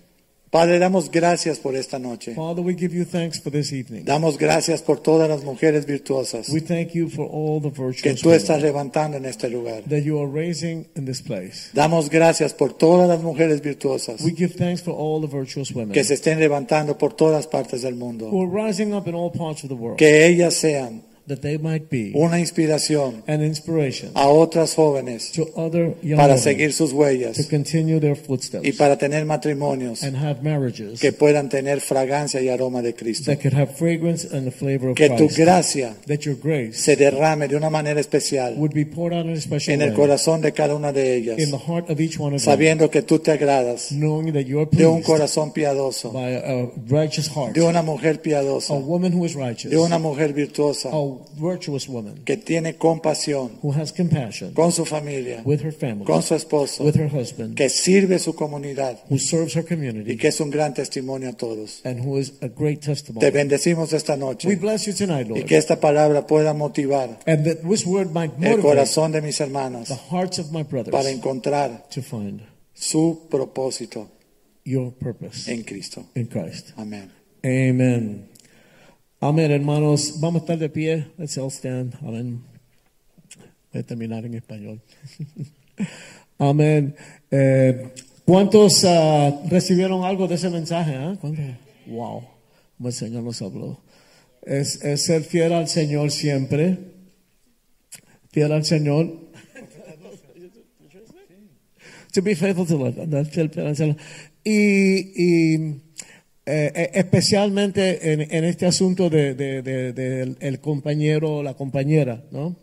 Padre, damos gracias por esta noche. Father, we give you thanks for this evening. Damos gracias por todas las mujeres virtuosas We thank you for all the que virtues tú estás levantando en este lugar. that you are raising in this place. Damos gracias por todas las mujeres virtuosas We give thanks for all the virtuous women que se estén levantando por todas partes del mundo. who are rising up in all parts of the world, Que ellas sean that they might be una inspiración an inspiration a otras jóvenes to other young para women seguir sus huellas to continue their y footsteps para tener matrimonios and have marriages que puedan tener fragancia y aroma de Cristo. that could have fragrance and the flavor of Que tu Christ. gracia That your grace se derrame de una manera especial would be poured out in a special en el way corazón de cada una de ellas, in the heart of each one of them, sabiendo que tú te agradas knowing that you are de un pleased corazón piadoso, by a a righteous heart, de una mujer a piadosa, woman who is righteous, de una mujer virtuosa a virtuous woman que tiene compasión who has compassion con su familia, with her family, con su esposo, with her husband, que sirve su comunidad who serves her y community, que es un gran testimonio a todos. and who is a great Te testimony. bendecimos esta We noche bless you tonight, y Lord, que esta palabra pueda motivar and that this word might el motivate corazón de mis hermanos the hearts of my para brothers encontrar to find su propósito your purpose en Cristo. in Christ. Amén. Amen. Amén, hermanos. Vamos a estar de pie. Let's all stand. Amén. Voy a terminar en español. Amén. Eh, ¿Cuántos ah, recibieron algo de ese mensaje? ah? ¿Cuántos? Wow. Como el Señor nos habló. Es, es ser fiel al Señor siempre. Fiel al Señor. To be faithful to Lord. Andar fiel, fiel al Señor. Y, y eh, eh, especialmente en, en este asunto de, de- de- de el- el compañero o la compañera, ¿no?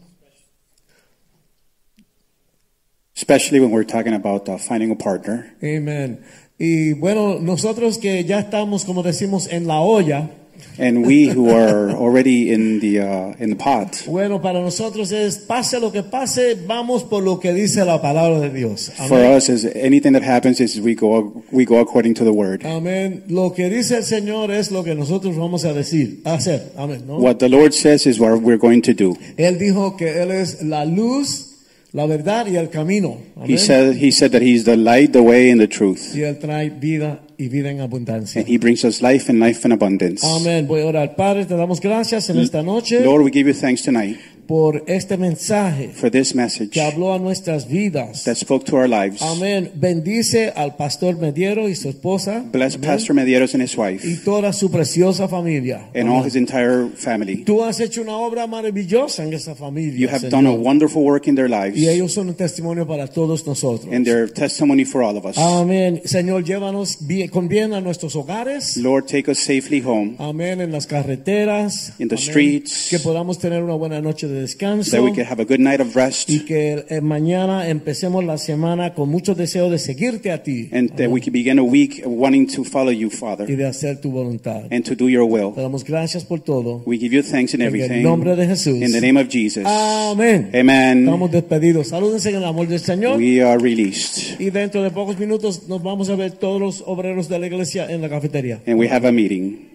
especially when we're talking about uh, finding a partner. Amen. Y bueno, nosotros que ya estamos, como decimos, en la olla, And we who are already in the uh, in the pot. bueno, para nosotros es, pase lo que pase, vamos por lo que dice la palabra de Dios. For Amén. us, is anything that happens is we go we go according to the word. Amén. Lo que dice el Señor es lo que nosotros vamos a decir, a hacer. Amén. ¿no? What the Lord says is what we're going to do. Él dijo que Él es la luz, la verdad y el camino. He Amén. said he said that he's the light, the way, and the truth, Y Él trae vida y vida en abundancia. and he brings us life and life in abundance. Amén. Voy a orar. Padre, te damos gracias en esta noche Lord, we give you thanks tonight por este mensaje for this message que habló a nuestras vidas. that spoke to our lives. Amén. Bendice al pastor Mediero y su esposa. Bless Amén. Pastor Medeiros and his Y wife toda su preciosa familia. and all Amén. his entire family. Tú has hecho una obra maravillosa en esa familia. You have Señor. done a wonderful work in their lives, y ellos son un testimonio para todos nosotros. and their testimony for all of us. Amén. Señor, llévanos bien, con bien a nuestros hogares. Lord, take us safely home Amén. En las carreteras. In the Amén. streets. Que podamos tener una buena noche de descanso. that we can have a good night of rest y que eh, mañana empecemos la semana con mucho deseo de seguirte a ti and that we can begin a week wanting to follow you, y Father, de hacer tu voluntad. and to do your Te will. damos gracias por todo. We give you thanks in En el everything. nombre de Jesús. In the name of Jesus. Amén. Estamos Amen. despedidos. Salúdense en el amor del Señor. We are released Y dentro de pocos minutos nos vamos a ver todos los obreros de la iglesia en la cafetería. and we have a meeting.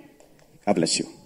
God bless you.